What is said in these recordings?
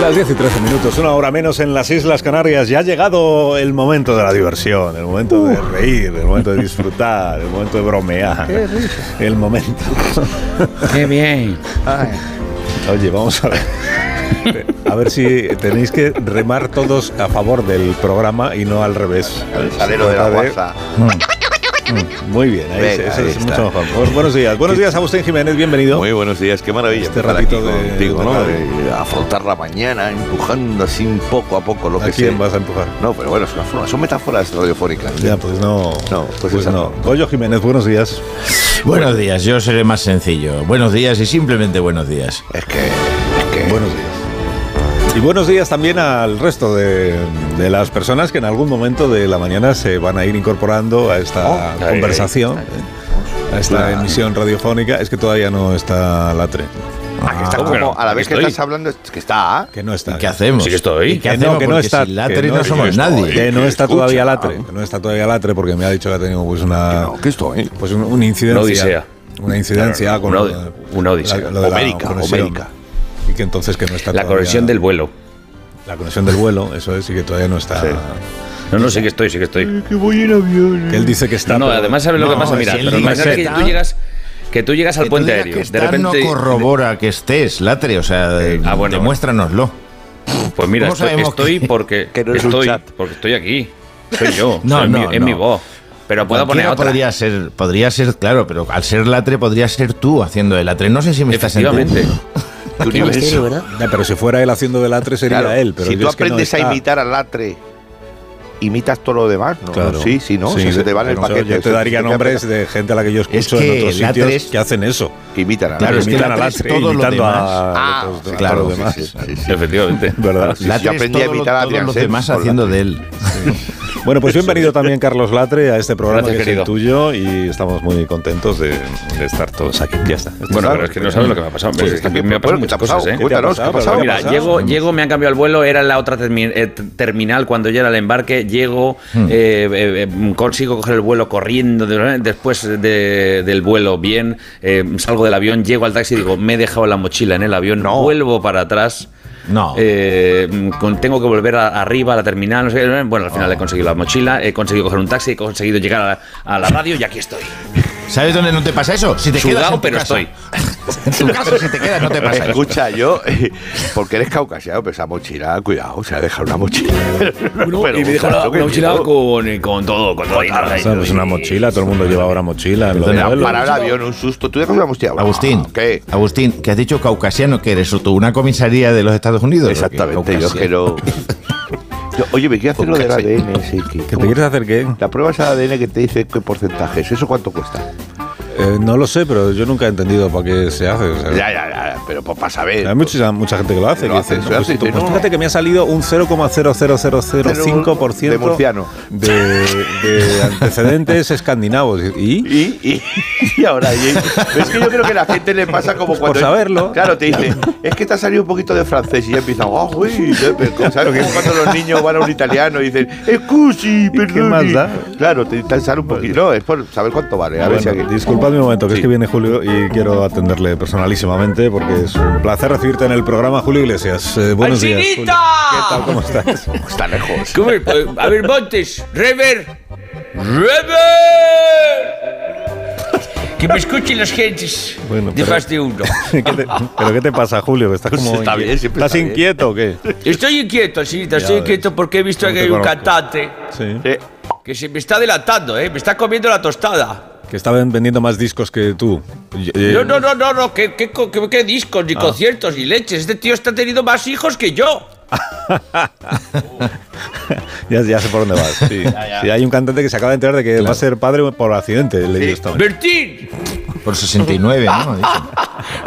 Las 10 y 13 minutos, una hora menos en las Islas Canarias. Ya ha llegado el momento de la diversión, el momento de reír, el momento de disfrutar, el momento de bromear. El momento. Qué bien. Oye, vamos a ver. A ver si tenéis que remar todos a favor del programa y no al revés. El salero de la Trata de- guaza. Muy bien, ahí, se- Venga, eso ahí es está. mucho mejor. Pues buenos días, buenos días, Agustín Jiménez, bienvenido. Muy buenos días, qué maravilla. Este estar ratito aquí de- contigo, de ¿no? radio. De afrontar la mañana, empujando así un poco a poco lo ¿A que quién se- vas a empujar? No, pero bueno, es una forma- son metáforas radiofónicas. Ya, pues no. No, pues esa no. Goyo Jiménez, buenos días. Buenos días, yo seré más sencillo. Buenos días y simplemente buenos días. Es que, es que Buenos días. Y buenos días también al resto de, de las personas que en algún momento de la mañana se van a ir incorporando a esta Oh, ahí, conversación, a esta Claro. emisión radiofónica. Es que todavía no está Latre, ah, que está ¿cómo? como a la vez que Estoy. estás hablando, es que está. ¿ah? que no está. ¿Y qué hacemos? Sí que estoy. ¿Y qué Que hacemos? Eh, no, que no Porque está, sin latre que no, no, que somos yo nadie. Que no que está escucha. todavía Latre, que no está todavía Latre porque me ha dicho que ha tenido pues una No, que esto, ¿eh? pues un, una incidencia. Una odisea. Una incidencia No, no, no, una con od- una odisea. lo de la Homérica, conexión. homérica. Y que entonces que no está La todavía- corrección del vuelo. La conexión del vuelo, eso es, y que todavía no está. Sí. No, no, sí que estoy, sí que estoy. Que él dice que está. No, no, pero- además sabes lo No, que pasa, si mira, él pero dice imagínate que que está- tú llegas que tú llegas al Que tú puente digas aéreo, que de estar repente no corrobora que estés, Latre, o sea, de- ah, bueno. demuéstranoslo. pues mira, ¿Cómo estoy, sabemos estoy que- porque que no es un estoy chat? porque estoy aquí. Soy yo, No, soy no, mi- es mi no. voz. Pero puedo poner Cualquiera otra. podría ser, podría ser, claro, pero al ser Latre podría ser tú haciendo de Latre. No sé si me estás Efectivamente. entendiendo. Tu universo. Ya, pero si fuera él haciendo del A3 sería Claro, él. Pero si yo tú es que no aprendes está. a imitar al latre, imitas todo lo demás, ¿no? Claro. Sí, sí, ¿no? O sea, se te va en el pero no sé, paquete. Yo te daría se te nombres apega. de gente a la que yo escucho en que otros el sitios A3 que hacen eso. Imitan al Claro, que es que imitan el al A3 A3, todo lo imitando a, Ah, otros- sí, a claro, los sí, demás. sí, sí, sí. Efectivamente. ¿Verdad? La- Latre yo aprendí a es todo lo- imitar a todos Adrián los Sel demás con haciendo de él. Bueno, pues bienvenido también Carlos Latre a este programa Gracias, que es el querido. tuyo y estamos muy contentos de, de estar todos aquí. Ya está. Esto Bueno, es pero es que no sabes lo que me ha pasado. Sí, es que Pues, está bien, Pues, me ha pasado bueno, ¿qué te ha muchas cosas, pasado? ¿eh? Cuéntanos, ¿qué ha Pero pasado? mira, ¿Qué ha Mira, pasado? llego, llego, me han cambiado el vuelo, era la otra termi- eh, t- terminal cuando yo era el embarque, llego, eh, eh, eh, consigo coger el vuelo corriendo, de- después de- del vuelo bien, eh, salgo del avión, llego al taxi y digo, me he dejado la mochila en el avión, vuelvo para atrás. No. eh, con- tengo que volver a- arriba a la terminal. no sé qué, eh, bueno, al final he conseguido la mochila, he conseguido coger un taxi, he conseguido llegar a la, a la radio y aquí estoy. ¿Sabes dónde no te pasa eso? Si te quedas en Sudado, tu pero casa. estoy. En tu casa, si te quedas, no te pasa eso. Escucha, yo, eh, porque eres caucasiano, pero esa mochila, cuidado, se ha dejado una mochila. Pero, y me dejó o sea, la, ¿tú qué la mochila quieres? con, con todo, con todo. Pasa, pues una mochila, todo el mundo lleva ahora mochila. en los Perdona, vuelos. Para el avión, un susto. ¿Tú dejas una mochila? Bueno, Agustín, ¿Qué? Agustín, que has dicho caucasiano que eres tú, una comisaría de los Estados Unidos. Exactamente, yo Caucasiano. quiero. Yo, oye, me quiero hacer lo del ADN. Sí, que- ¿Que te quieres hacer qué? La prueba es ADN que te dice qué porcentaje es. ¿Eso cuánto cuesta? Eh, no lo sé, pero yo nunca he entendido para qué se hace. o sea, Ya, ya, ya. Pero pues, para saber. hay mucha, mucha gente que lo hace. Lo que hace, dice, se "No, hace", pues, dice, pues "No". fíjate que me ha salido un 0,00005% De murciano. de, de antecedentes escandinavos. ¿Y? Y, y, y ahora, y- es que yo creo que la gente le pasa como cuando. saberlo. Claro, te dice, es que te ha salido un poquito de francés y ya empiezan, ah, uy, ¿sabes? Que es cuando los niños van a un italiano y dicen, excusi, qué perdón. más da? Claro, te, te sale un poquito. No, es por saber cuánto vale. A ver si Bueno, alguien- disculpadme un momento, que es Sí. que viene Julio y quiero atenderle personalísimamente porque es un placer recibirte en el programa, Julio Iglesias. Eh, buenos días. Julio. ¿Qué tal? ¿Cómo estás? Está lejos. ¿Cómo es? Eh, A ver, Montes, Rever, Rever. Que me escuchen las gentes Bueno, de pero- más de uno. ¿Qué te- ¿Pero qué te pasa, Julio? Que ¿Estás Pues como está inquieto. bien, siempre ¿Estás está bien. inquieto o qué? Estoy inquieto, señorita, estoy ves. inquieto porque he visto ¿Cómo que te hay un conozco? cantante Sí. Sí. que se me está delatando, ¿eh? Me está comiendo la tostada. Que estaban vendiendo más discos que tú. Y- y- No, no, no, no, no, ¿qué, qué, co- qué- qué discos, Ah. ni conciertos, ni leches. Este tío está teniendo más hijos que yo. Ya, ya sé por dónde vas. Sí. Sí, hay un cantante que se acaba de enterar de que va a ser padre por accidente. leí esta mañana. Bertín, Por 69, ¿no? Dicen.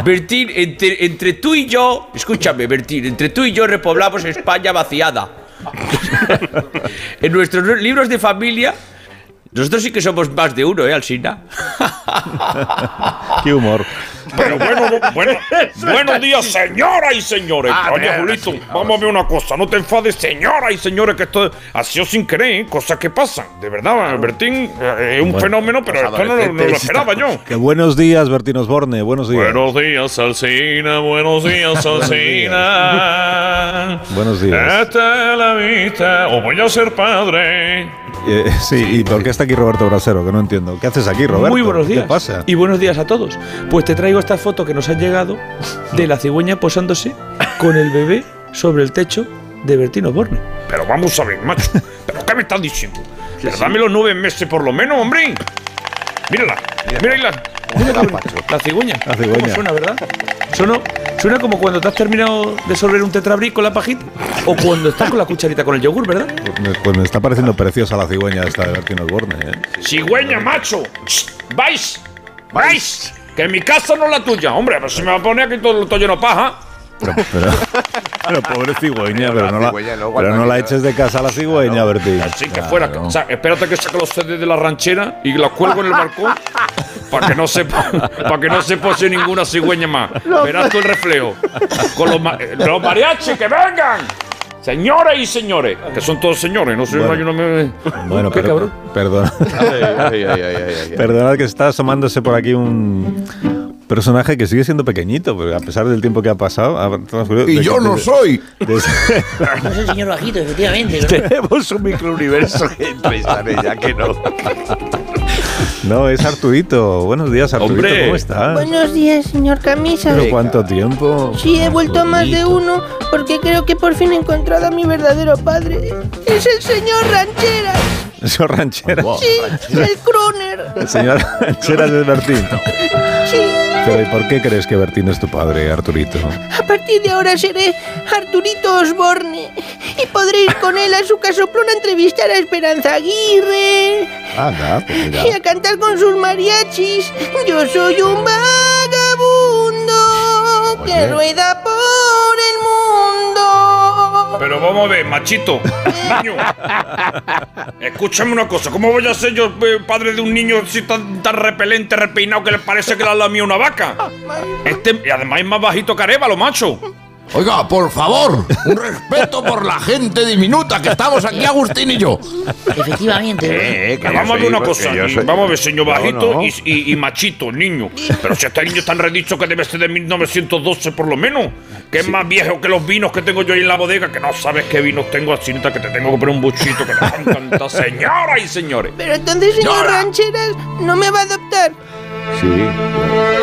Bertín, entre, entre tú y yo, escúchame, Bertín, entre tú y yo repoblamos España vaciada. en nuestros libros de familia, nosotros sí que somos más de uno, ¿eh, Alsina? Qué humor. Pero bueno, bu- bueno, buenos días, señoras y señores. A Oye, ver, Julito, sí, vamos a ver una cosa. No te enfades, señoras y señores, que esto ha sido sin querer, ¿eh? cosas que pasan. De verdad, Albertín eh, es un fenómeno, pero los esto no, lo- no lo adolescentes, esperaba yo. Que buenos días, Bertín Osborne. Buenos días. Buenos días, Alcina, buenos días, Alcina. Buenos días. Eh. Hasta la vista, o voy a ser padre. Eh, sí, ¿y por qué está aquí Roberto Brasero? Que no entiendo. ¿Qué haces aquí, Roberto? Muy buenos días. ¿Qué pasa? Y buenos días a todos. Pues te traigo esta foto que nos ha llegado de la cigüeña posándose con el bebé sobre el techo de Bertino Borne. Pero vamos a ver, macho. ¿Pero qué me estás diciendo? Pero dame los nueve meses por lo menos, hombre. Mírala, mírala. La cigüeña. La cigüeña. ¿Cómo suena, verdad? Suena, suena como cuando te has terminado de sorber un tetrabric con la pajita o cuando estás con la cucharita con el yogur, ¿verdad? Pues me- Pues me está pareciendo preciosa la cigüeña esta de Bertín Osborne. ¿eh? Cigüeña, macho. Shh, Vais, vais. Que mi casa no es la tuya. Hombre, pero si me va a poner aquí todo, todo lleno de paja. Pero, pero, pero pobre cigüeña, pero la no la, cigüeña luego pero no ataca. la eches de casa a la cigüeña, Bertín. Así que fuera. o sea, espérate que saque los CDs de la ranchera y los cuelgo en el balcón para que no se para que no se pose ninguna cigüeña más. Verás tú el reflejo. Con los, ma- eh, los mariachis que vengan. Señoras y señores, que son todos señores, no sé, Bueno. yo no me- Bueno, Qué per- cabrón. perdón. Ay, ay, ay, ay, ay, ay. Perdonad que está asomándose por aquí un personaje que sigue siendo pequeñito, pero a pesar del tiempo que ha pasado. ha transcurrido- Y de- yo no de- soy. de- No es el señor bajito, efectivamente. ¿no? Tenemos un microuniverso que entrevistaré ya que no. no, es Arturito. Buenos días, Arturito. Hombre. ¿Cómo estás? Buenos días, señor Camisa. Ah. ¿Pero cuánto tiempo? Sí, he vuelto a más de uno porque creo que por fin he encontrado a mi verdadero padre. Es el señor Rancheras. Soy Oh, ranchera. Sí, el Croner. Señora rancheras de Bertín. Sí, Pero ¿y por qué crees que Bertín es tu padre, Arturito? a partir de ahora seré Arturito Osborne y podré ir con él a su casoplón a entrevistar a Esperanza Aguirre Ah, Anda, pues mira. y a cantar con sus mariachis. Yo soy un vagabundo que Oye. rueda por el mundo. Pero vamos a ver, machito, niño. Escúchame una cosa, ¿cómo voy a ser yo eh, padre de un niño así tan, tan repelente, repeinado que le parece que le ha lamido una vaca? Este, y además es más bajito que Arevalo, macho. Oiga, por favor, un respeto por la gente diminuta que estamos aquí, Agustín y yo. Efectivamente. ¿no? Eh, Ah, vamos a ver una cosa, yo y- soy- vamos a ver, señor No, bajito no. Y, y- y machito, niño. Pero si este niño es tan redicho que debe ser de 1912 por lo menos, que es más viejo que los vinos que tengo yo ahí en la bodega, que no sabes qué vinos tengo, así neta, que te tengo que poner un buchito que te encanta, señoras y señores. Pero entonces, señor Llora. Rancheras, no me va a adoptar.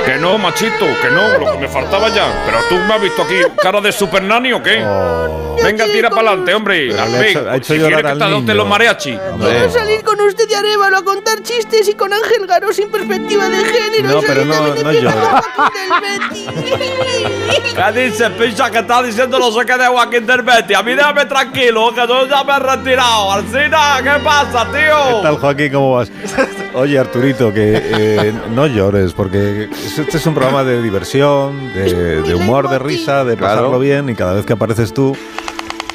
Que no, machito, que no, lo que me faltaba ya. Pero tú me has visto aquí cara de super nani o qué? Oh. Venga, tira para adelante, hombre. Pero Al le ha fin, hecho- ha hecho si llorar quieres que al te adopte niño. los mariachi. Voy a salir con usted de Arevalo a contar chistes y con Ángel Garó sin perspectiva de género. No, y pero no- saliéndome de no pierna llores. abajo del Betis. ¿Qué dices? Picha que estás diciendo lo que de Joaquín del Betis. A mí déjame tranquilo, que yo ya me he retirado. Alcina, ¿qué pasa, ¿Qué tío? tal, Joaquín? ¿Cómo vas? Oye, Arturito, que eh, no llores, porque este es un programa de diversión, de, de humor, de risa, de Claro. pasarlo bien, y cada vez que apareces tú,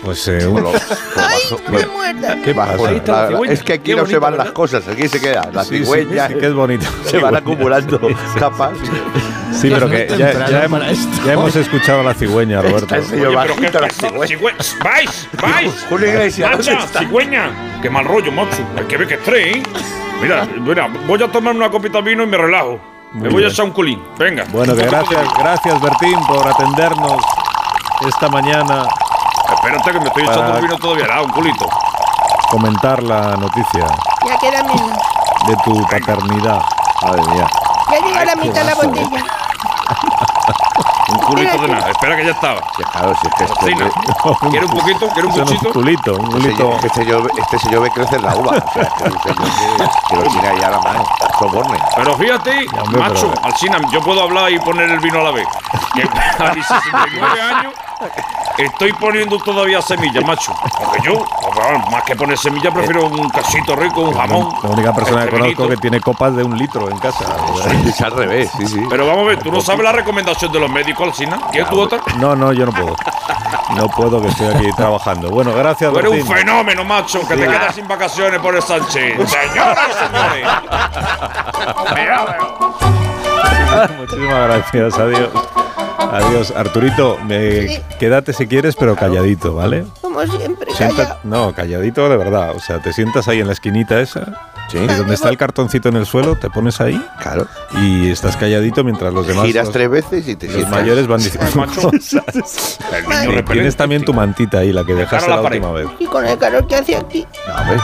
pues eh, Por uno- lo- por Ay, bajo- me muerda. ¿Qué bajo- pasa? Ahí está la la- cigüeña. es que aquí Qué no se bonito, van ¿verdad? las cosas, aquí se queda. La Sí, sí, cigüeña sí, que es bonito. se van Cigüeña. acumulando capas. Sí, pero Es muy que ya, temprano ya hemos, para esto. ya hemos escuchado a la cigüeña, Roberto. el señor Oye, pero bajito, qué la pasa, cigüeña. cigüe- ¡Vais! ¡Vais! Julio Iglesias, ¿dónde ¡Macha! está? ¡Cigüeña! ¡Qué mal rollo, macho! Hay que ver que estrés, ¿eh? Mira, mira, voy a tomar una copita de vino y me relajo. me voy a echar un culín. Venga. Bueno, que gracias, gracias Bertín por atendernos esta mañana, Espérate que me estoy echando Para- un vino todavía. Ah, un culito. comentar la noticia Ya queda menos. de tu paternidad. Madre mía. Ya llega la mitad la botella. Un culito de nada. Espera que ya estaba. Claro, si es que este, Cocina. ¿Quiere un poquito? ¿Quiere un Eso no es cuchito? un culito, un este culito. señor, este señor- este señor ve crecer la uva. O sea, este es un señor que, que lo tiene ahí a la mano. Soborne. Pero fíjate, hombre, macho, pero- Alcina, yo puedo hablar y poner el vino a la vez. Que a mis 69 años estoy poniendo todavía semillas, macho. Porque yo, pues, más que poner semillas, prefiero un casito rico, un jamón. Eh, La única persona que este conozco que vinito. tiene copas de un litro en casa. Es al revés, sí, sí. Pero vamos a ver, ¿tú no sabes la recomendación de los médicos, Alcina? ¿Quieres tu otra? No, no, yo no puedo. No puedo que estoy aquí trabajando. Bueno, gracias, Tú eres un Bertín. fenómeno, macho, que te quedas sin vacaciones por el Sánchez. Señoras y señores. Muchísimas gracias, adiós. Adiós, Arturito, me- Sí. quédate si quieres, pero calladito, ¿vale? Como siempre, Sienta- calla. no, calladito de verdad. O sea, te sientas ahí en la esquinita esa, Sí. y donde está el cartoncito en el suelo, te pones ahí Claro. y estás calladito mientras los demás. Giras los- tres veces y te Los sientas. mayores van diciendo Macho. cosas. El Sí, niño Tienes repelente, también tu tío. mantita ahí, la que dejaste Cara a la la pared. última vez. Y con el calor que hace aquí. A ver.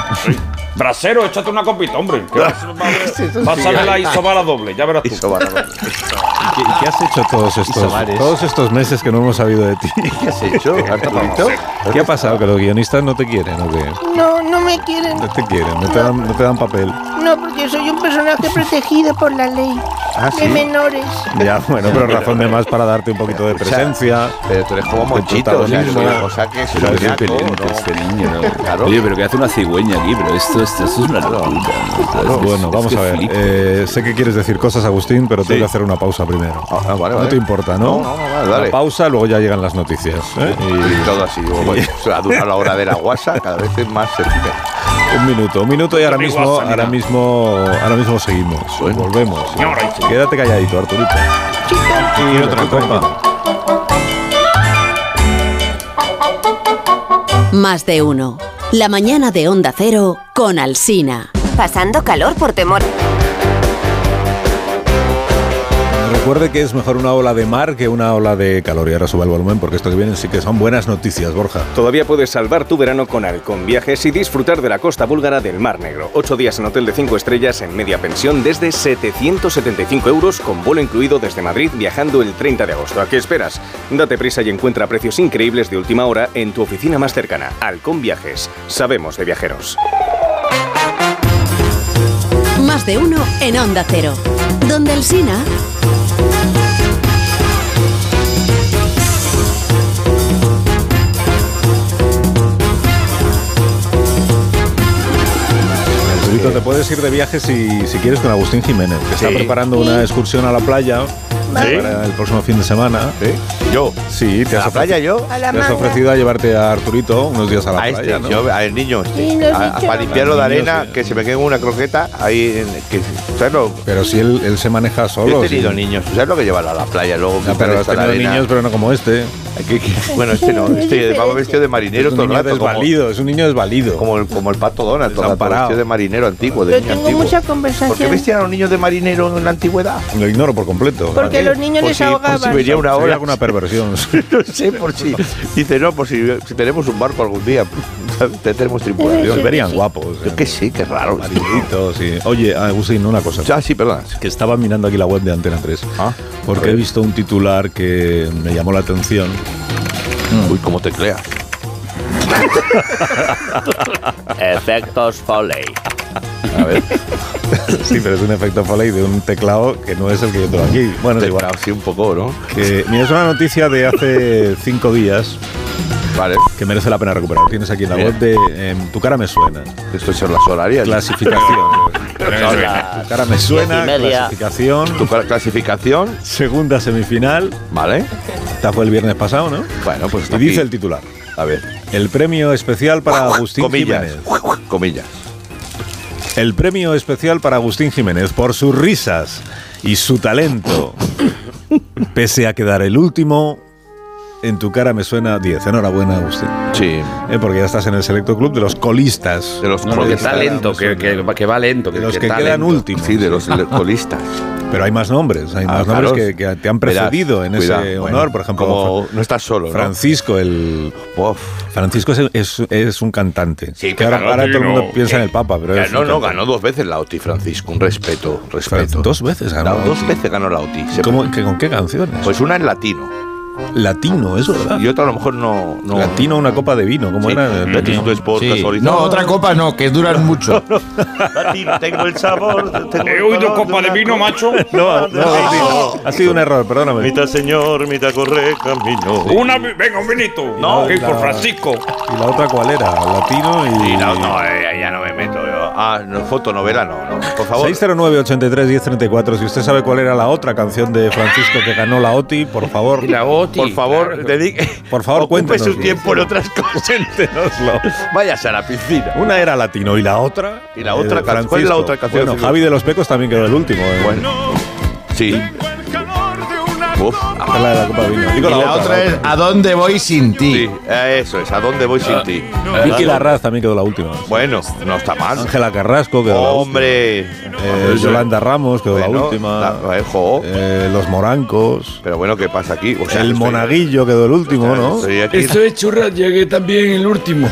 Brasero, échate una copita, hombre. que vas a ver- vas a verla y sobar la doble, ya verás tú. Eso va, Ramón. ¿Y qué, y qué has hecho todos estos, Sobares. todos estos meses que no hemos sabido de ti? ¿Qué has hecho, Arturito? ¿Qué ha pasado? ¿Que los guionistas no te quieren o qué? No, no me quieren. No te quieren, no te dan, no te dan papel. No, porque soy un personaje protegido por la ley. Ah, de ¿sí? menores. Ya, bueno, pero razón de más para darte un poquito de presencia. Pero tú eres como El Monchito, o sea, es una protagonismo. cosa que es Pero un es naco, repelente ¿no? este niño, ¿no? Claro. Oye, pero que hace una cigüeña aquí, pero esto, esto, esto es una locura. ¿no? Es- Pues Bueno, es vamos que a ver. flipa. eh, sé que quieres decir cosas, Agustín, pero tengo Sí. que hacer una pausa primero. Ah, ah, vale, No vale. te importa, ¿no? No, no, no, vale, dale. La pausa, luego ya llegan las noticias. ¿eh? Y todo así. Bueno, se ha durado la hora de la guasa, cada vez es más cerquita. Un minuto, un minuto y ahora Ni mismo, WhatsApp, ni ahora nada. mismo, ahora mismo seguimos. Volvemos. Señora, y- Quédate calladito, Arturito. Y otra copa. Más de uno. La mañana de Onda Cero con Alsina. Pasando calor por temor. Recuerde que es mejor una ola de mar que una ola de calor. Y ahora sube el volumen porque esto que vienen sí que son buenas noticias, Borja. Todavía puedes salvar tu verano con Alcon Viajes y disfrutar de la costa búlgara del Mar Negro. Ocho días en hotel de 5 estrellas en media pensión desde 775 euros con vuelo incluido desde Madrid viajando el 30 de agosto. ¿A qué esperas? Date prisa y encuentra precios increíbles de última hora en tu oficina más cercana. Alcon Viajes. Sabemos de viajeros. Más de uno en Onda Cero. Donde Alsina. Arturito, te puedes ir de viaje si, si quieres con Agustín Jiménez, que está preparando una excursión a la playa para el próximo fin de semana. Yo. Sí, te has, ¿A la ofrecido, playa yo? A la te has manga. ofrecido a llevarte a Arturito unos días a la A playa, este, ¿no? yo, al niño Sí, este. lo has A- a- dicho. Para limpiarlo de Al niño, arena, sí. que se me quede una croqueta ahí en que ¿sabes lo? Pero si él, él se maneja Yo solo. he tenido sí. niños, ¿sabes lo que llevan a la playa luego? Ya, pero quitarles has a la tenido arena? niños, pero no como este. Aquí- aquí- bueno, este no, este vamos vestido de marinero es un todo el niño rato. desvalido, es un niño desvalido. Como, como el, como el pato Donald, todo el rato Desamparado. vestido de marinero antiguo. De Yo niño tengo antiguo. mucha ¿Por qué conversación. vestían a los niños de marinero en la antigüedad? ¿Eh? Lo ignoro por completo. Porque los niños Por les si- por ahogaban. pues si venía una Sería hora. alguna perversión. No sé, por si. Dice, no, por si, si tenemos un barco algún día, tendremos Los tripulación. verían guapos. Yo que sí, qué raro. Marinitos y- Oye, Agustín, una cosa. Ah, sí, perdón. que estaba mirando aquí la web de Antena 3. Ah, a porque ver. he visto un titular que me llamó la atención. Mm. Uy, cómo teclea. Efectos Foley. A ver, Sí, pero es un efecto foley de un teclado que no es el que yo tengo aquí. Bueno, es teclea igual. así un poco, ¿no? Que, mira, es una noticia de hace cinco días Vale. que merece la pena recuperar. Tienes aquí en la Mira. web de em, Tu cara me suena. Esto son las horarias. Clasificación. tu cara me suena. Diez y media. Clasificación. Tu clasificación, Segunda semifinal. ¿vale? Esta fue el viernes pasado, ¿no? Bueno, pues. Y aquí- dice el titular. A ver. El premio especial para Agustín Comillas. Jiménez. Comillas. El premio especial para Agustín Jiménez por sus risas y su talento. Pese a quedar el último, en tu cara me suena 10. Enhorabuena, Agustín. Sí. Eh, porque ya estás en el selecto club de los colistas. De los No, no, que colistas. está lento, que, que, que va lento. de los que está quedan lento. últimos. Sí, de los colistas. Pero hay más nombres. Hay Ah, más nombres claro. que, que te han Verás, precedido en cuidado. ese honor. Bueno, por ejemplo, como Fra- no estás solo, ¿no? Francisco, el. Uf. Francisco es, es- es un cantante. Sí, Que ahora, claro, ahora todo el no. mundo piensa en el Papa, pero es Ganó, un no, cantante. ganó dos veces la OTI, Francisco. Un respeto, respeto. Dos veces ganó Ganó la Dos OTI. veces ganó la OTI. Se- ¿Cómo- que- ¿Con qué canciones? Pues una en latino. Latino, es verdad. Y otra a lo mejor no. no Ah. Latino, una copa de vino, ¿cómo Sí. Mm-hmm. era? Latino, tú es por Sí. casualidad. No, otra copa no, que duran mucho. Latino, tengo el sabor. Tengo He el oído color copa de una vino, copa. macho. No, no, sí, no. ha sido un error, perdóname. Mitad señor, mitad corre camino. Una, vi- venga, un vinito. No, No, que la- por Francisco. ¿Y la otra cuál era? Latino y. Sí, no, no, eh, ya no me meto yo. Ah, no, fotonovela no, no, por favor. 609-83-1034. Si usted sabe cuál era la otra canción de Francisco que ganó la OTI, por favor. La OTI. Por favor, dedique. Por favor, Ocupe cuéntenos. su tiempo en otras cosas. Váyase a la piscina. Una era latino y la otra. Y la otra eh, canción. ¿Cuál es la Francisco. otra canción? Bueno, Javi de los Pecos también quedó el último. eh. Sí. Uf. Esta es la de la Copa del Vino. Digo y la, la otra es ¿A dónde voy sin ti? Eh, Eso es, ¿a dónde voy sin ti? Vicky Larraz también quedó la última. Bueno, no está mal. Oh, Ángela Carrasco quedó Hombre. la Ah, última. Eh, Yolanda Ramos quedó la Bueno, última. la- eh, jo. Eh, los Morancos. Pero bueno, ¿qué pasa aquí? O sea, El estoy- Monaguillo quedó el último, ¿no? estoy aquí- Esto es churra, llegué también el último.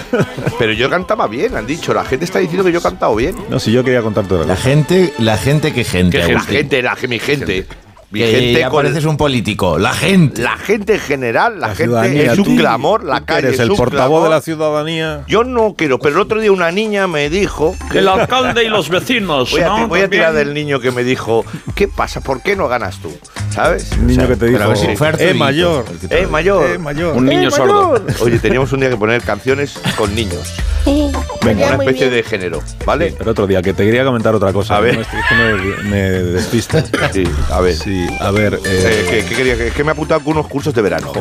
Pero yo cantaba bien, han dicho. La gente está diciendo que yo he cantado bien. No, si yo quería contar todo La gente, la gente que gente, Que la Agustín. gente, la, mi gente. Mi Que gente ya con- pareces un político. La gente. La gente en general, la, La gente ciudadanía, es un tú- clamor, tú la que calle eres es el un portavoz clamor. de la ciudadanía. Yo no quiero, pero el otro día una niña me dijo. que- El alcalde y los vecinos, Voy a, ¿no? voy a tirar También. del niño que me dijo, ¿qué pasa? ¿Por qué no ganas tú? ¿Sabes? Niño que te pero a dijo, "Oh, ver si- "Oferta eh, y- mayor, el que te- eh, mayor, eh, mayor. Un niño sordo. Oye, teníamos un día que poner canciones con niños, Sí, Venga, ya una muy especie bien. de género, ¿vale? Pero otro día, que te quería comentar otra cosa. A ver. No, es que me, me despista. Sí, a ver. Sí, a ver. Eh, eh, que, que quería- que- que me he apuntado a algunos cursos de verano.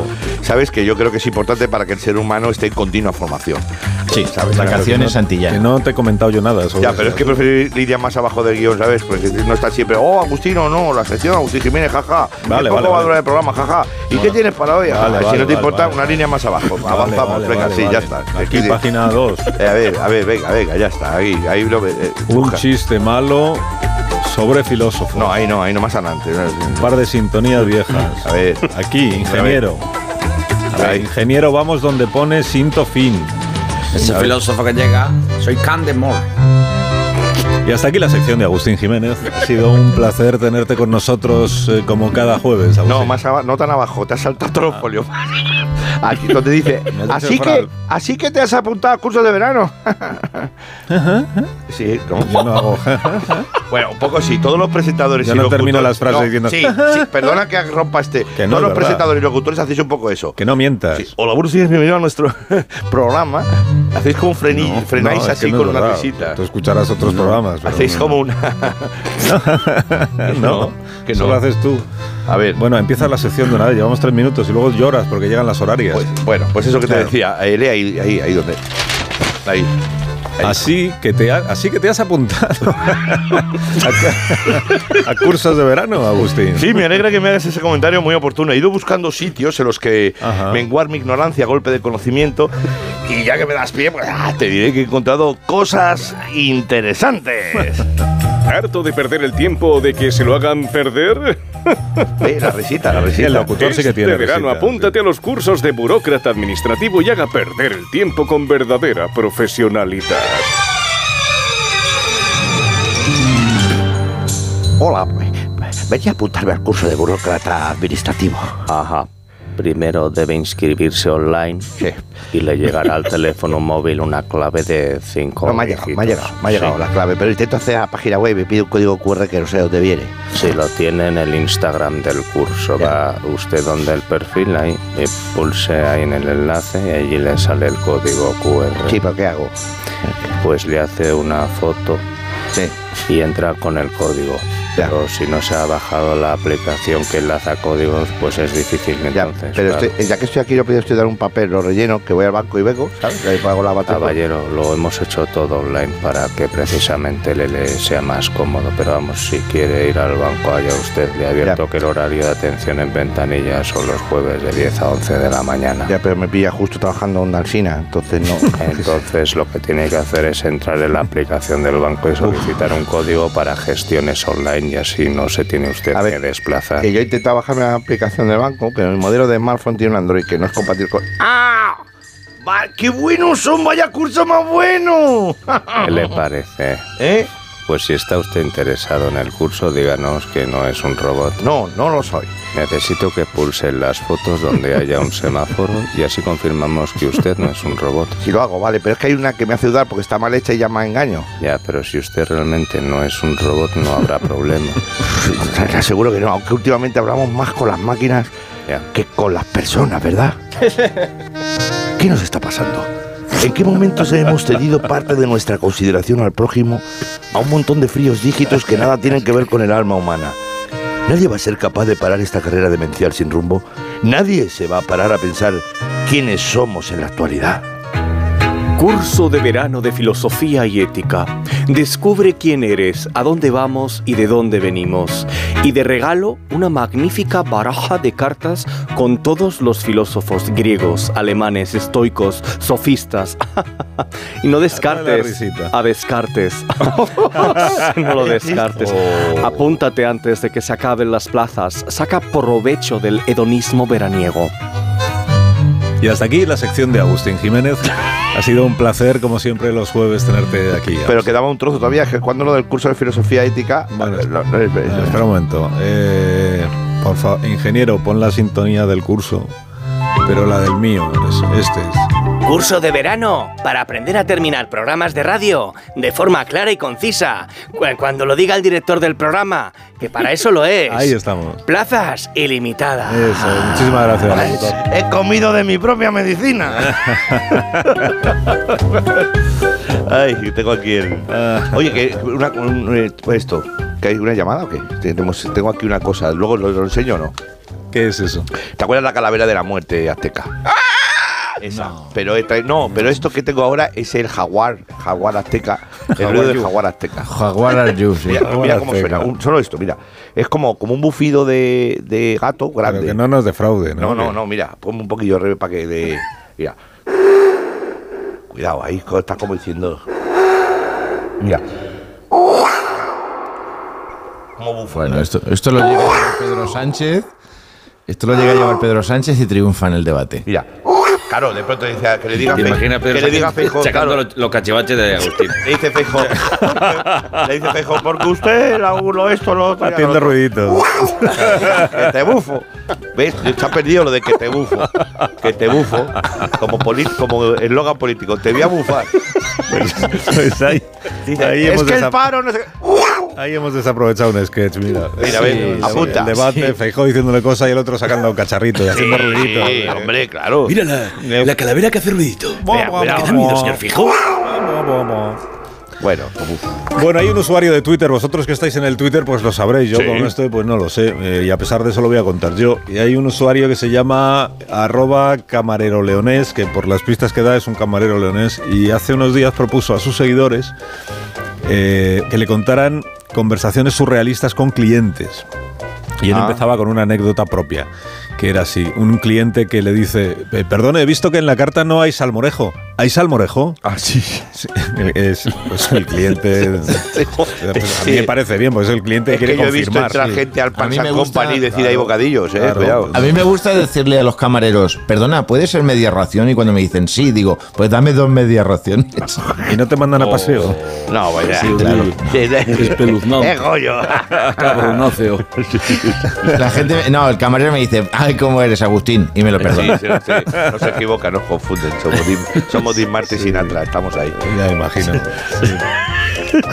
Sabes que yo creo que es importante para que el ser humano esté en continua formación. Sí, ¿sabes? Vacaciones que Santillán. no te he comentado yo nada sobre Ya, pero es eso. que preferiría más abajo del guión, ¿sabes? Porque no está siempre, oh, Agustino, no, la sección Agustín Jiménez, jaja. Vale, vale, ¿Qué poco va a vale. durar el programa, jaja? ¿Y qué tienes para hoy? Vale, Jaja. si vale, no vale, te importa, vale. una línea más abajo. Vale, Avanzamos, vale, venga, vale, sí, ya vale. está. Aquí, Es que- página 2. Eh, a ver, a ver, venga, venga, ya está. Ahí, ahí lo ve- eh, Un busca. chiste malo sobre filósofo. No, ahí no, ahí no más adelante. no, Un no. par de sintonías viejas. A ver, Aquí, ingeniero. A ver, Ahí. ingeniero, vamos donde pone sinto fin. Ese filósofo que llega, soy Candemore. Y hasta aquí la sección de Agustín Jiménez. Ha sido un placer tenerte con nosotros eh, como cada jueves. Agustín. no, más aba- no tan abajo, te has saltado todos los folios. Aquí donde dice, Ah. Me has dicho así que, Fran. así que te has apuntado a cursos de verano. sí, ¿cómo? Yo no hago. Bueno, un poco sí. Todos los presentadores Yo y no locutores- termino las frases diciendo- Sí, sí, perdona que rompa este. Que no, todos los verdad. presentadores y locutores hacéis un poco eso. que no mientas. Sí. Hola, buenos días, bienvenido a nuestro programa. Hacéis como un freni- frenáis No, es así que no con es una verdad. risita. Tú escucharás otros programas. pero Hacéis no. como una. no, que eso no. lo haces tú. A ver. Bueno, empieza la sección de una vez, llevamos tres minutos y luego lloras porque llegan las horarias. Pues, bueno, pues eso que te Claro. decía. Eh, lee ahí, ahí, ahí donde. Ahí. ahí. así, que te ha- así que te has apuntado a, a cursos de verano, Agustín. Sí, me alegra que me hagas ese comentario muy oportuno. He ido buscando sitios en los que Ajá. menguar mi ignorancia a golpe de conocimiento. Y ya que me das pie, pues, ah, te diré que he encontrado cosas interesantes. ¿Harto de perder el tiempo o de que se lo hagan perder? Eh, la risita, la Sí, el risita. locutor sí que tiene. Este verano risita. apúntate a los cursos de burócrata administrativo y haga perder el tiempo con verdadera profesionalidad. Hola, venía a apuntarme al curso de burócrata administrativo. Ajá. Primero debe inscribirse online Sí. y le llegará al teléfono móvil una clave de 5 No, me ha llegado, me ha llegado, me ha llegado la clave. Pero intento hacer la página web y me pide un código QR que no sé dónde viene. Si lo tiene en el Instagram del curso, va usted donde el perfil ahí, y pulse ahí en el enlace y allí le sale el código QR. Sí, pero ¿qué hago? Pues le hace una foto Sí. y entra con el código. Ya. Pero si no se ha bajado la aplicación que enlaza códigos, pues es difícil Ya, entonces. pero claro. estoy- ya que estoy aquí, yo pido estudiar un papel, lo relleno, que voy al banco y vengo, ¿sabes? Y ahí pago la batería. Caballero, lo hemos hecho todo online para que precisamente le, le sea más cómodo, pero vamos, si quiere ir al banco allá usted, le ha abierto que el horario de atención en ventanilla son los jueves de 10 a 11 de la mañana. Ya, pero me pilla justo trabajando en una alsina, entonces no. Entonces lo que tiene que hacer es entrar en la aplicación del banco y solicitar un código para gestiones online y así no se tiene usted A ver, que desplazar. que yo he intentado bajarme la aplicación del banco, pero mi modelo de smartphone tiene un Android que no es compatible con. ¡Ah! Va- ¡Qué buenos son! ¡Vaya curso más bueno! ¿Qué le E, parece? ¿Eh? Pues si está usted interesado en el curso, díganos que no es un robot. No, no lo soy. Necesito que pulsen las fotos donde haya un semáforo y así confirmamos que usted no es un robot. Si lo hago, vale, pero es que hay una que me hace dudar porque está mal hecha y llama a engaño. Ya, pero si usted realmente no es un robot no habrá problema. Te aseguro que no, aunque últimamente hablamos más con las máquinas Ya. que con las personas, ¿verdad? ¿Qué nos está pasando? ¿En qué momentos hemos cedido parte de nuestra consideración al prójimo a un montón de fríos dígitos que nada tienen que ver con el alma humana? Nadie va a ser capaz de parar esta carrera demencial sin rumbo. Nadie se va a parar a pensar quiénes somos en la actualidad. Curso de verano de filosofía y ética. Descubre quién eres, a dónde vamos y de dónde venimos. Y de regalo, una magnífica baraja de cartas con todos los filósofos griegos, alemanes, estoicos, sofistas. y no descartes. A descartes. no lo descartes. Apúntate antes de que se acaben las plazas. Saca provecho del hedonismo veraniego. Y hasta aquí la sección de Agustín Jiménez. Ha sido un placer, como siempre, los jueves tenerte aquí. Pero quedaba un trozo todavía, que cuando lo del curso de filosofía ética. Bueno, Ah, espera un momento. Eh, por favor, ingeniero, pon la sintonía del curso, pero la del mío, es- este es. Curso de verano para aprender a terminar programas de radio de forma clara y concisa. cu- Cuando lo diga el director del programa, que para eso lo es. Ahí estamos. Plazas ilimitadas. Eh, Eso, muchísimas gracias. He comido de mi propia medicina. Ay, tengo aquí el. Oye, que una- un- eh, esto, ¿que hay una llamada o qué? Tenemos- tengo aquí una cosa, luego lo, lo enseño o no. ¿Qué es eso? ¿Te acuerdas la calavera de la muerte azteca? Esa. Pero esta, ¡Ah! no, pero esto que tengo ahora es el jaguar, jaguar azteca, el Jaguar ruido del yu. jaguar azteca. Jaguar al yu, sí. Mira, mira Jaguar cómo azteca. suena, un- solo esto, mira. Es como, como un bufido de, de gato grande. Pero que no nos defraude, ¿no? No, no, no, mira, ponme un poquillo rebe para que de. Mira. Cuidado, ahí co- está como diciendo. Mira. Bueno, esto, esto lo llega a llevar Pedro Sánchez. Esto lo llega a llevar Pedro Sánchez y triunfa en el debate. Mira. Claro, de pronto dice que le diga ¿Te fe- imaginas Pedro que le diga Sánchez Feijóo, sacando claro. los, los cachivaches de Agustín? Le dice Fejo. le dice Fejo, porque usted inauguró esto, lo otro. Haciendo ruidito. que te bufo. ¿Ves? Está perdido lo de que te bufo. Que te bufo. Como, poli- como eslogan político. Te voy a bufar. Pues ahí, Dice, ahí es hemos que el desap- paro no sé qué". ahí hemos desaprovechado un sketch, mira. Mira, ven, el- apunta. El debate, Sí. Feijóo diciéndole cosas y el otro sacando un cacharrito y haciendo ruidito. Sí, hombre, claro. Mira la, calavera que hace ruidito. Mira, mira, mira. Bueno, como- Bueno, hay un usuario de Twitter, vosotros que estáis en el Twitter, pues lo sabréis, yo Sí. con esto pues no lo sé, eh, y a pesar de eso lo voy a contar yo. Y hay un usuario que se llama arroba camarero leonés, que por las pistas que da es un camarero leonés, y hace unos días propuso a sus seguidores eh, que le contaran conversaciones surrealistas con clientes. Y él Ah. empezaba con una anécdota propia, que era así, un cliente que le dice, "Eh, perdone, he visto que en la carta no hay salmorejo. ¿Hay salmorejo? Ah, sí. Es pues, el cliente... Pues, a mí me parece bien, porque es el cliente Es que quiere que yo he visto confirmar. entrar gente al Pans and Company y decir, "Hay bocadillos", eh, cuidado. A mí me gusta decirle a los camareros, perdona, ¿puede ser media ración? Y cuando me dicen sí, digo, pues dame dos medias raciones. Y no te mandan Oh. a paseo. No, vaya. Sí, claro. Espeluznante. ¡Eh, Goyo! Cabronáceo. La gente, no, el camarero me dice, ay, ¿cómo eres, Agustín? Y me lo Sí, perdona. sí, sí. No se equivoca, nos confunden. Somos Dean, somos Dean Martin y Sinatra, estamos ahí. Ya imagino.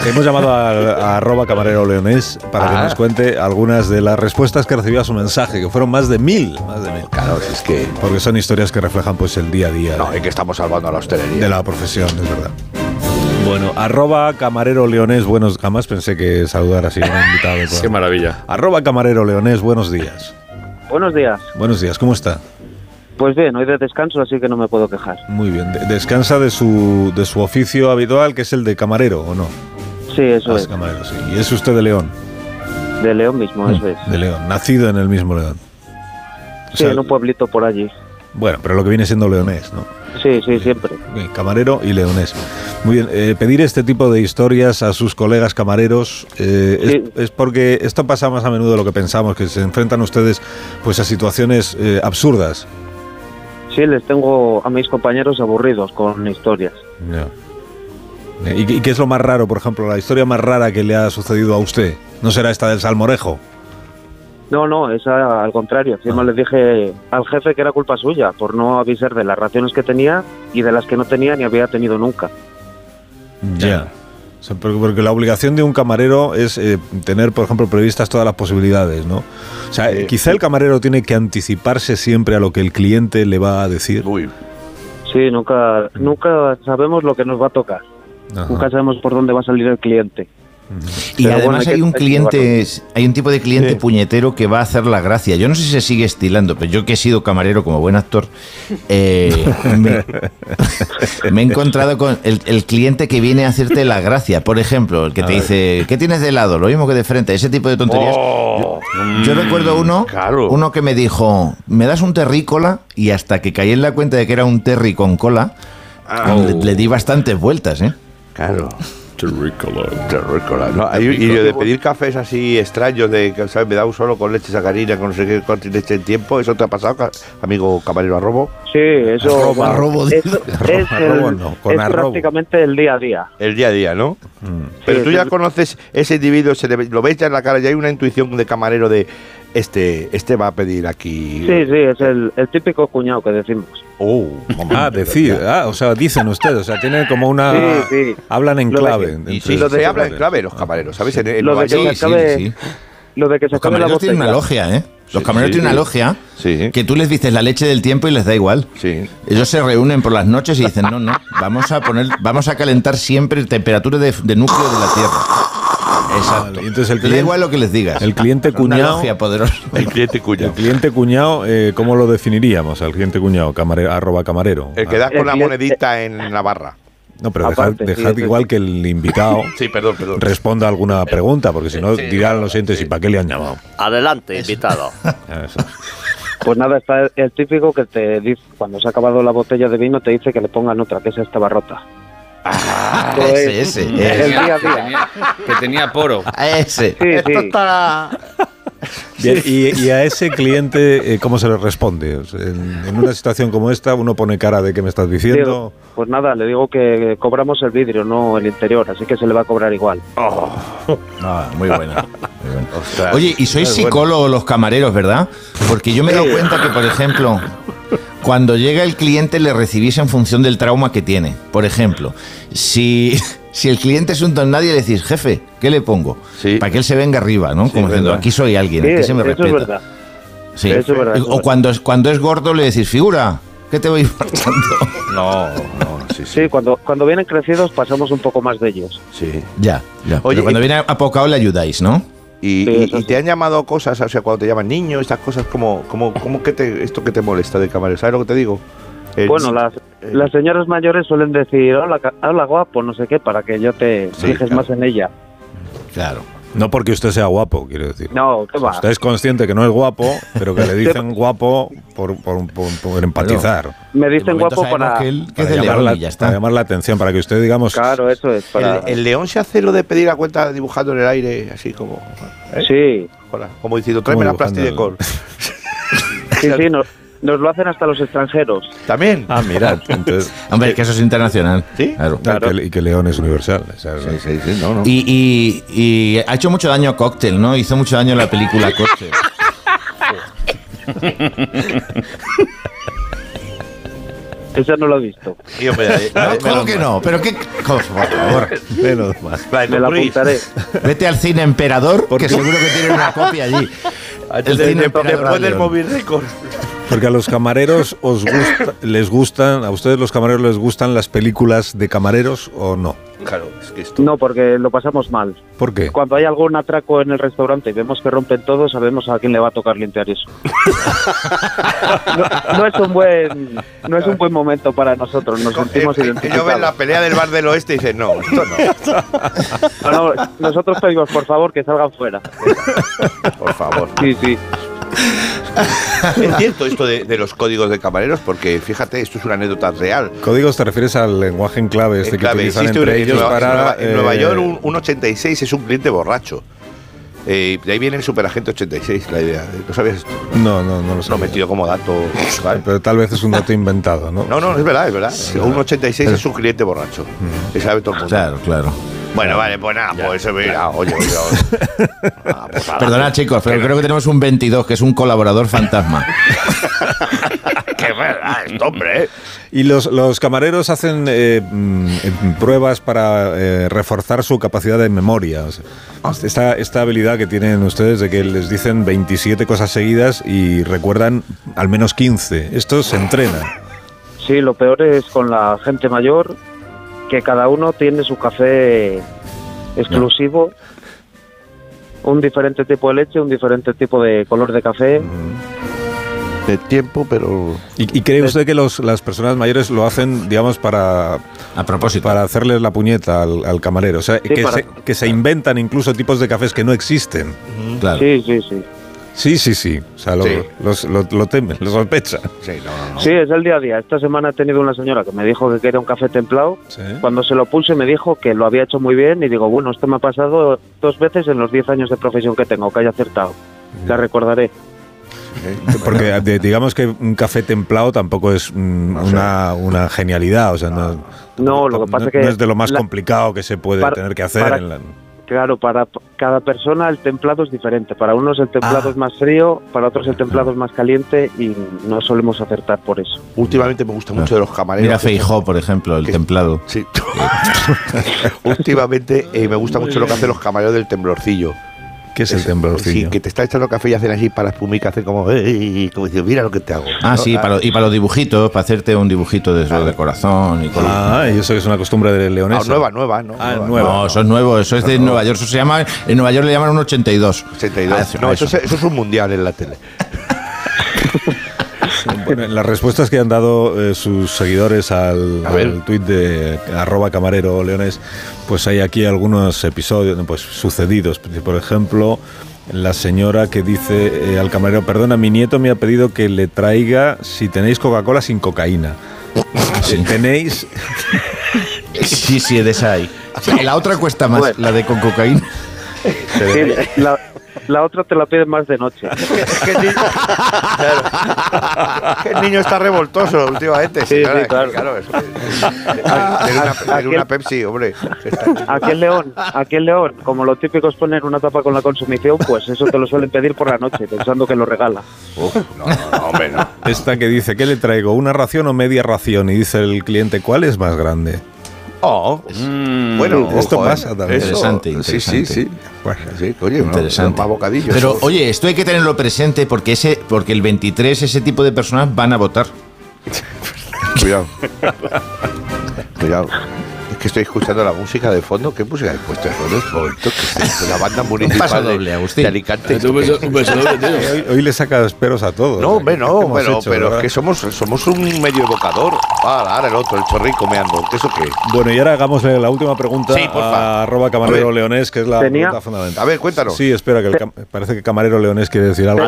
Hemos llamado a, a arroba camarero leonés para que Ah. nos cuente algunas de las respuestas que recibió a su mensaje, que fueron más de mil. Más de mil. Claro, es que... Porque son historias que reflejan pues el día a día. No, es que estamos salvando a la hostelería. De la profesión, es verdad. Bueno, arroba camarero leonés, buenos... Jamás pensé que saludar así a un invitado. del programa. Qué maravilla. Arroba camarero leonés, buenos días. Buenos días. Buenos días, ¿cómo está? Pues bien, hoy de descanso, así que no me puedo quejar. Muy bien. De- ¿Descansa de su, de su oficio habitual, que es el de camarero, o no? Sí, eso Ah, es. camarero, sí. ¿Y es usted de León? De León mismo, Mm. eso es. De León, nacido en el mismo León. O Sí, sea, en un pueblito por allí. Bueno, pero lo que viene siendo leonés, ¿no? Sí, sí, siempre. Bien, Camarero y leonés. Muy bien, eh, pedir este tipo de historias a sus colegas camareros eh, es- es, porque esto pasa más a menudo de lo que pensamos, que se enfrentan ustedes pues a situaciones eh, absurdas. Sí, les tengo a mis compañeros aburridos con historias. Eh, ¿Y, qué- y qué es lo más raro, por ejemplo, la historia más rara que le ha sucedido a usted? ¿No será esta del salmorejo? No, no, es a- al contrario. Ah. Encima les dije al jefe que era culpa suya por no avisar de las raciones que tenía y de las que no tenía ni había tenido nunca. Ya. O sea, porque, porque la obligación de un camarero es eh, tener, por ejemplo, previstas todas las posibilidades, ¿no? O sea, eh, quizá el camarero tiene que anticiparse siempre a lo que el cliente le va a decir. Uy. Sí, nunca, nunca sabemos lo que nos va a tocar. Nunca sabemos por dónde va a salir el cliente. Y Pero bueno, además hay que- un que cliente, llevarlo. hay un tipo de cliente puñetero que va a hacer la gracia. Yo no sé si se sigue estilando, pero yo que he sido camarero como buen actor, eh, me, me he encontrado con el, el cliente que viene a hacerte la gracia. Por ejemplo, el que te dice, ¿qué tienes de lado? Lo mismo que de frente, ese tipo de tonterías. Oh, yo, yo mm, recuerdo uno, uno que me dijo, ¿me das un terrícola? Y hasta que caí en la cuenta de que era un terry con cola, Ah. le, le di bastantes vueltas, ¿eh? Claro. Terrícola. Terrícola. No, hay- y lo de pedir cafés así extraños, de que ¿sabes? me da un solo con leche sacarina, con no sé qué, con leche en tiempo, ¿eso te ha pasado, ca- amigo camarero arrobo? Sí, eso. Arrobo, va- arrobo, eso dice. es Arrobo, arrobo el- no, con es arrobo. prácticamente el día a día. El día a día, ¿no? Pero tú ya sí. conoces ese individuo, se le ve- lo ves ya en la cara, ya hay una intuición de camarero de este, este va a pedir aquí. Sí, sí, es el, el típico cuñado que decimos. Oh, Ah, decir, ah, o sea, dicen ustedes, o sea, tienen como una... Sí, sí. Hablan en Lo de- clave. Y entre- sí, lo de habla en clave los camareros, ¿sabes? En- en Lo de Nueva que se York- acabe- Lo de que se Los acabe la camareros botella. tienen una logia, ¿eh? Los Sí, camareros tienen sí, sí. una logia que tú les dices la leche del tiempo y les da igual. Ellos se reúnen por las noches y dicen, no, no, vamos a poner, vamos a calentar siempre temperatura de, de núcleo de la Tierra. Exacto. entonces el Te da cliente- igual lo que les digas. El cliente Una cuñado- logia poderosa. El cliente cuñado. El cliente cuñado, eh, ¿cómo lo definiríamos? Al cliente cuñado, camare- arroba camarero. Ah, El que das con la monedita en la barra. No, pero dejad, Aparte, sí, dejad sí, igual sí. que el invitado Sí, perdón, perdón. responda a alguna pregunta, porque si no dirán los entes y para qué le han llamado. Adelante, invitado. Eso. Pues nada, está el típico que te dice, cuando se ha acabado la botella de vino, te dice que le pongan otra, que esa estaba rota. ese, ese, el ese. día a día. Que tenía poro. Ese. Sí, sí. Bien, y, y a ese cliente, eh, ¿cómo se le responde? O sea, En, en una situación como esta, uno pone cara de que me estás diciendo. Digo, pues nada, le digo que Eh, cobramos el vidrio, no el interior, así que se le va a cobrar igual. Ah, muy buena. muy buena. Oye, y sois psicólogos los camareros, ¿verdad? Porque yo me he dado cuenta que, por ejemplo, cuando llega el cliente le recibís en función del trauma que tiene. Por ejemplo, si, si el cliente es un don nadie, le decís, jefe, ¿qué le pongo? Para que él se venga arriba, ¿no? Como diciendo, verdad. aquí soy alguien, Sí, aquí se me eso es respeta. verdad. Sí. Eso es verdad, eso es o verdad. cuando es, cuando es gordo le decís, figura, ¿qué te voy faltando? No, no, sí, sí. Sí, cuando, cuando vienen crecidos pasamos un poco más de ellos. Sí. Ya, ya. Oye, Oye, cuando y- viene apocado le ayudáis, ¿no? Y, y- y te han llamado cosas, o sea, cuando te llaman niño, estas cosas, como, como, como que te, esto que te molesta de camarero, ¿sabes lo que te digo? El- Bueno, las, eh, las señoras mayores suelen decir, hola, ca- hola guapo, no sé qué, para que yo te Sí, fijes claro. más en ella. Claro. No porque usted sea guapo, quiero decir. No, ¿qué va? Usted es consciente que no es guapo, pero que le dicen guapo por, por, por- por empatizar. Me dicen guapo momento pues, sabemos para... que él- Para es de llamar, León la, y ya está. para llamar la atención, para que usted digamos. Claro, eso es. El, el león se hace lo de pedir la cuenta dibujando en el aire, así como. Sí. como diciendo, tráeme Como la plastidecol. Sí, sí, nos, nos lo hacen hasta los extranjeros. También. Ah, mirad. Entonces, Hombre, que eso es internacional. Sí, claro. Ah, que- y que León es universal. o sea, Sí, sí, sí, no, no. Y, y- y ha hecho mucho daño a Cóctel, ¿no? Hizo mucho daño la película Cóctel. Eso no lo he visto. Y, hombre, eh, No, eh, ¿Cómo menos que mal. no? Pero qué. Por favor. Menos mal. Me la apuntaré. Vete al cine emperador, que seguro que tiene una copia allí. El De- cine de- emperador. después del León. móvil récord. Porque a los camareros os gusta, les gustan, a ustedes los camareros les gustan las películas de camareros o no. Claro, es que esto. No, porque lo pasamos mal. ¿Por qué? Cuando hay algún atraco en el restaurante y vemos que rompen todo, sabemos a quién le va a tocar limpiar eso. no, no es un buen, no es un buen momento para nosotros. Eh, Nos sentimos Ellos ven la identificados. pelea del bar del oeste y dicen, no, esto no. No, no, nosotros pedimos, por favor, que salgan fuera. Por favor. Sí, sí. Es cierto esto de, de los códigos de camareros, porque fíjate, esto es una anécdota real. Códigos te refieres al lenguaje en clave este En clave, que utilizan existe entre un- en ellos Nueva, para en Nueva- en Nueva eh, York un, un 86 es un cliente borracho. Eh, de ahí viene el superagente 86, la idea. Eh, ¿No sabías esto? No, no, no lo sé. Lo he metido como dato. ¿vale? Pero tal vez es un dato inventado, ¿no? No, no, es verdad, es verdad. un 86 Pero- Mm. es un cliente borracho. Que sabe todo el mundo. Claro, claro. Bueno, vale, pues nada, pues eso mira, oye, oye, oye. Ah, pues nada. Perdona, chicos, pero creo que tenemos un 22, que es un colaborador fantasma. Qué verdad, esto, hombre. ¿eh? Y los, los camareros hacen eh, mm, eh, pruebas para eh, reforzar su capacidad de memoria. O sea, esta, esta habilidad que tienen ustedes de que les dicen 27 cosas seguidas y recuerdan al menos 15. Esto se entrena. Sí, lo peor es con la gente mayor, que cada uno tiene su café exclusivo, un diferente tipo de leche, un diferente tipo de color de café. De tiempo, pero. ¿Y, y cree usted que los, las personas mayores lo hacen, digamos, para. A propósito. Para hacerles la puñeta al, al camarero. O sea, que, para- se, que se inventan incluso tipos de cafés que no existen. Claro. Sí, sí, sí. Sí, sí, sí. O sea, lo, Sí. los- lo- lo temen, lo sospechan. Sí, Sí, es el día a día. Esta semana he tenido una señora que me dijo que quería un café templado. Cuando se lo puse me dijo que lo había hecho muy bien y digo, bueno, esto me ha pasado dos veces en los 10 años de profesión que tengo, que haya acertado. La recordaré. Porque de- digamos que un café templado tampoco es mm, una, una genialidad. O sea, no, No, lo que no- pasa es que... no es de lo más la- complicado que se puede para- tener que hacer. para- en la- Claro, para p- cada persona el templado es diferente. Para unos el Ah. templado es más frío, para otros el templado es más caliente y no solemos acertar por eso. Últimamente me gusta mucho de los camareros. Mira que son- Feijó, por ejemplo, el templado. Sí. Últimamente eh, me gusta mucho lo que hacen los camareros del temblorcillo. ¿Qué es el temblorcillo? Sí, que te está echando café y hacen así para espumir, que hacen como, "Ey", como diciendo, mira lo que te hago. Ah, ¿No? sí, para, y para los dibujitos, para hacerte un dibujito de, eso de corazón y cosas. Ah, y eso es una costumbre de leonesa. Ah, nueva, nueva, ¿no? Ah, Nueva. nueva. No, eso es nuevo, eso es de Nueva York. Eso se llama, en Nueva York le llaman un 82. 82. Ah, No, eso, es- eso es un mundial en la tele. Bueno, en las respuestas que han dado eh, sus seguidores al, al tuit de arroba camarero leones, pues hay aquí algunos episodios pues, sucedidos. Por ejemplo, la señora que dice eh, al camarero, perdona, mi nieto me ha pedido que le traiga si tenéis Coca-Cola sin cocaína. Eh, Tenéis... Sí, sí, de esa hay. La otra cuesta más, la de con cocaína. Sí, la, la otra te la piden más de noche. El niño está revoltoso últimamente. Sí, sí, señora, claro. es que- es una, es una Pepsi, hombre. Aquí en León, aquí en León, como lo típico es poner una tapa con la consumición, pues eso te lo suelen pedir por la noche, pensando que lo regala. Esta que dice, ¿qué le traigo? ¿Una ración o media ración? Y dice el cliente, ¿cuál es más grande? Oh, bueno, Esto ojo, ¿eh? pasa también. Eso- Interesante, interesante. Sí, sí, sí. Bueno, sí, oye, no, Interesante. más bocadillos. Pero Eso- oye, esto hay que tenerlo presente porque ese, porque el 23 ese tipo de personas van a votar. Cuidado. Cuidado. Es que estoy escuchando la música de fondo. ¿Qué música he puesto de fondo? Un momento, que es la banda municipal paso de- doble, Agustín. de Alicante. Un beso- un beso doble, tío. Hoy, hoy le saca esperos a todos. ¿eh? No, hombre, ¿Qué no, hemos pero, hecho, pero verdad? es que somos, somos un medio evocador. Ah, ahora el otro, el chorrico meando. ¿Eso qué? Bueno, y ahora hagámosle la última pregunta Sí, porfa. a arroba camarero A ver. leonés, que es la Tenía- pregunta fundamental. A ver, cuéntanos. Sí, espera, que el cam- parece que camarero leonés quiere decir algo.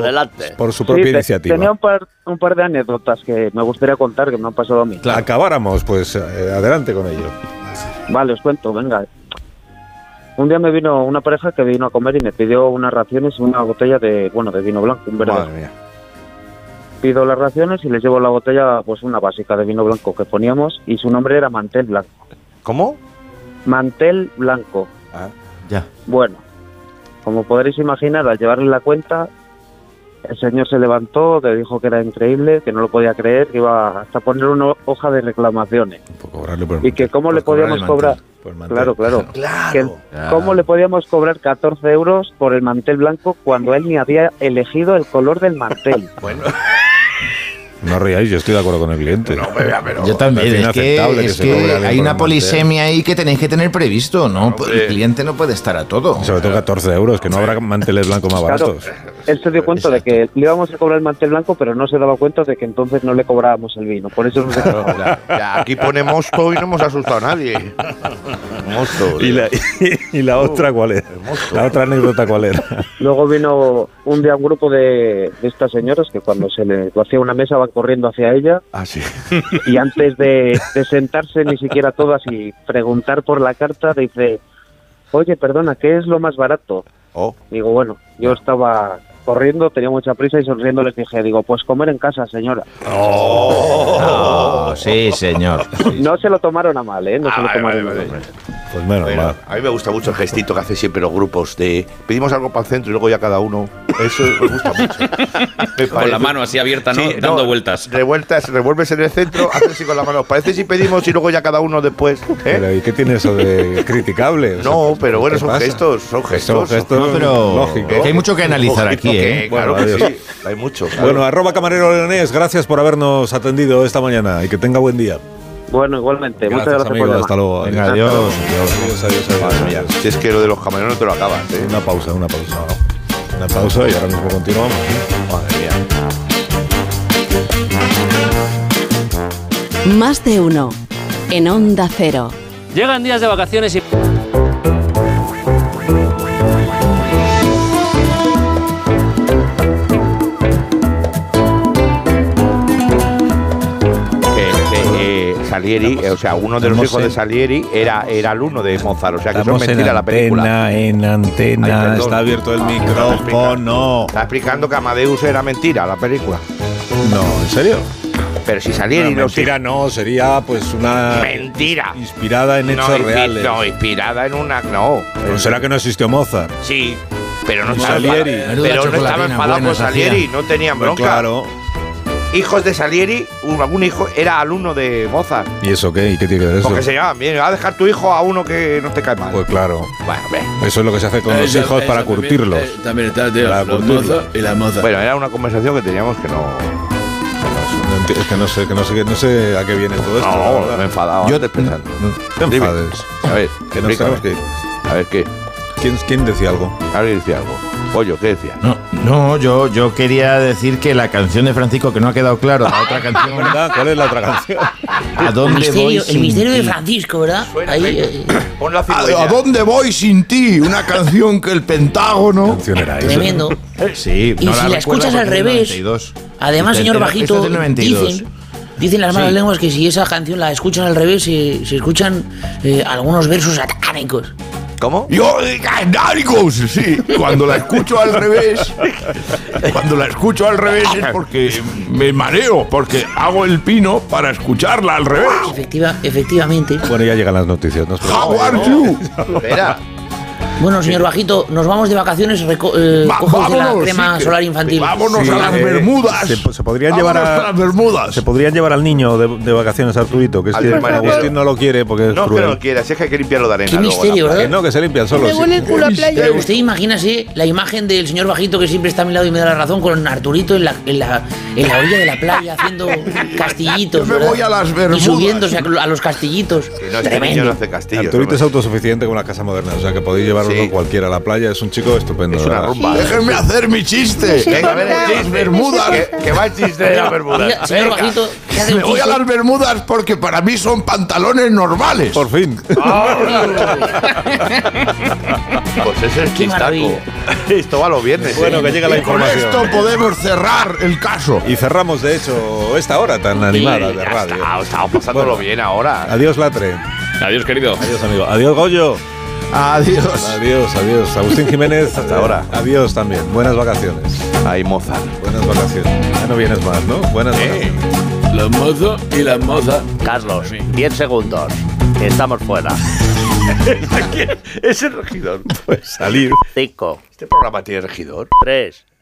Por su propia Sí, te- iniciativa. Tenía un par, un par de anécdotas que me gustaría contar que me han pasado a mí. Acabáramos, pues eh, adelante con ello. Vale, os cuento, venga. Un día me vino una pareja que vino a comer y me pidió unas raciones y una botella de, bueno, de vino blanco, un verde. Pido las raciones y les llevo la botella, pues una básica de vino blanco que poníamos y su nombre era Mantel Blanco. ¿Cómo? Mantel Blanco. Ya. Bueno, como podréis imaginar, al llevarle la cuenta, el señor se levantó, le dijo que era increíble, que no lo podía creer, que iba hasta poner una hoja de reclamaciones. Cobrarle por- Y pues que cómo le cobrar podíamos el cobrar. mantel, por el mantel. Claro, claro. Que ¿Cómo le podíamos cobrar 14 euros por el mantel blanco cuando él ni había elegido el color del mantel? Bueno, No ríais, yo estoy de acuerdo con el cliente. Yo también, Es es inaceptable que, que es se que cobre alguien hay por una un mantel. polisemia ahí que tenéis que tener previsto, ¿no? El cliente no puede estar a todo. Sobre todo 14 euros, que no habrá manteles blancos más Claro, baratos. él se dio cuenta de que le íbamos a cobrar el mantel blanco, pero no se daba cuenta de que entonces no le cobrábamos el vino. Por eso no se quejaba. Ya, aquí pone mosto y no hemos asustado a nadie. Mosto. ¿Y la, y la otra cuál era? Uh. La otra anécdota cuál era. Luego vino un día un grupo de, de estas señoras que cuando se les hacía una mesa van corriendo hacia ella Ah, sí. y antes de, de sentarse ni siquiera todas y preguntar por la carta dice, oye, perdona, ¿qué es lo más barato? Oh. Digo, bueno, yo estaba corriendo, tenía mucha prisa y sonriendo les dije, digo, pues comer en casa, señora. No, sí, señor. No se lo tomaron a mal, ¿eh? No se lo vale, tomaron vale, a mal. Pues menos Bueno, a mí me gusta mucho el gestito que hace siempre los grupos de pedimos algo para el centro y luego ya cada uno. Eso me gusta mucho. Me Con parece- la mano así abierta, ¿no? Sí, no, Dando vueltas. Revueltas, revuelves en el centro, haces así con la mano. Parece si pedimos y luego ya cada uno después. ¿eh? Pero, ¿y qué tiene eso de criticable? O sea, No, pero bueno, ¿qué son pasa? gestos, son gestos. gestos son- lógicos. que hay mucho que analizar aquí, ¿eh? Claro Bueno, que adiós. sí, hay mucho. claro. Bueno, arroba camarero leonés, gracias por habernos atendido esta mañana y que tenga buen día. Bueno, igualmente. Muchas gracias amigo, por llamar. hasta luego. Venga, adiós. Adiós, adiós, adiós. Madre mía, si es que lo de los camareros no te lo acabas, ¿eh? Una pausa, una pausa. Una pausa y ahora mismo continuamos. Madre mía. Más de uno. En Onda Cero. Llegan días de vacaciones y... Eh, eh, eh, Salieri, eh, o sea, uno de los Estamos hijos de en- Salieri era, era alumno de Mozart, o sea que eso es Estamos en mentira la película. antena, en antena, Ay, perdón. está abierto el micrófono. Está explicando que Amadeus era mentira la película. No, ¿en serio? Pero si No, Salieri no, se- mentira no, sería pues una Mentira. inspirada en hechos no, inspi- reales. no, inspirada en una. No. ¿O será que no existió Mozart? Sí, pero no estaba, Salieri. enfadado- Menuda pero no estaba chocolatina enfadado buena por se Salieri, hacía. no tenían Pues bronca. claro. Hijos de Salieri, un- algún hijo era alumno de Mozart. ¿Y eso qué? ¿Y qué tiene que ver eso? Porque se llamaban bien, va a dejar tu hijo a uno que no te cae mal. Pues claro. Bueno, ve. Eso es lo que se hace con los Esa- hijos esa para también- curtirlos. eh, también está Los mozos y la moza. Bueno, era una conversación que teníamos que no. es que no sé, que no sé, que no sé a qué viene todo esto. la No, verdad. me he enfadado. Yo antes pensando. te Dime. enfades. A ver, Que nos explícame. tenemos que ir. A ver qué. ¿Quién, quién decía algo? Alguien decía algo. Pollo, ¿qué decía? No, no yo, yo quería decir que la canción de Francisco, que no ha quedado claro, la otra canción, ¿Verdad? ¿Cuál es la otra canción? ¿a dónde el voy misterio, el sin misterio de ti? Francisco, ¿verdad? Ahí, eh, Pon la ¿A, cigüeña. a dónde voy sin ti? Una canción que el Pentágono. tremendo. Eh, Sí, Y si la escuchas recuerdo al porque es del revés, 92. Además, Esta- señor esta- esta es Bajito, del 92. dicen, dicen las malas Sí. lenguas que si esa canción la escuchan al revés, se, se escuchan eh, algunos versos satánicos. ¿Cómo? Yo de Canáricos, sí. Cuando la escucho al revés, cuando la escucho al revés es porque me mareo, porque hago el pino para escucharla al revés. Efectiva, efectivamente. Bueno, ya llegan las noticias. No os How preocupéis. are you? Espera. Bueno, señor Bajito, nos vamos de vacaciones, reco- eh, Va- coge usted la vámonos, crema sí, que- solar infantil. vámonos Sí, a las eh, Bermudas. Se, se podrían llevar Vámonos a, a las Bermudas. Se podrían llevar al niño de, de vacaciones a Arturito, que es Al que hermano Agustín Pedro. no lo quiere porque es No es que cruel. no lo quiera, si es que hay que limpiarlo de arena. Qué luego, la misterio, playa. Que no, que se limpian solos. Me huele el culo a playa. Eh, Pero usted imagínese la imagen del señor Bajito que siempre está a mi lado y me da la razón con Arturito en la, en la, en la orilla de la playa haciendo castillitos. Yo me ¿verdad? voy a las Bermudas. Y subiéndose a, a los castillitos. Que no, este niño no Tremendo. hace castillo. Arturito es autosuficiente con la casa moderna, o sea que podéis llevaroslo Sí. cualquiera a la playa. Es un chico estupendo. Es de una verdad. rumba. Déjenme hacer mi chiste. Venga, a ver Las el chisme. Bermudas. Que, que va el chiste de las Bermudas. Oiga, señor Venga. Bajito, ¿qué hace un Me voy a chiste? las Bermudas porque para mí son pantalones normales. Por fin. Ah, Pues ese es el Qué maravilla. chistaco. Esto va los viernes. bueno, ¿eh? que llega la Y con información. esto podemos cerrar el caso. Y cerramos, de hecho, esta hora tan animada Sí, de ya radio. está, estamos pasándolo Bueno. bien ahora. Adiós, Latre. Adiós, querido. Adiós, amigo. Adiós, Goyo. Adiós. Adiós, adiós. Agustín Jiménez. Hasta ahora. Adiós también. Buenas vacaciones. Ahí, Mozart. Buenas vacaciones. Ya no vienes más, ¿no? Buenas vacaciones. Los mozos y las mozas. Carlos, 10 segundos. Estamos fuera. ¿Quién? Ese regidor. Pues salir. 5, Este programa tiene regidor. 3,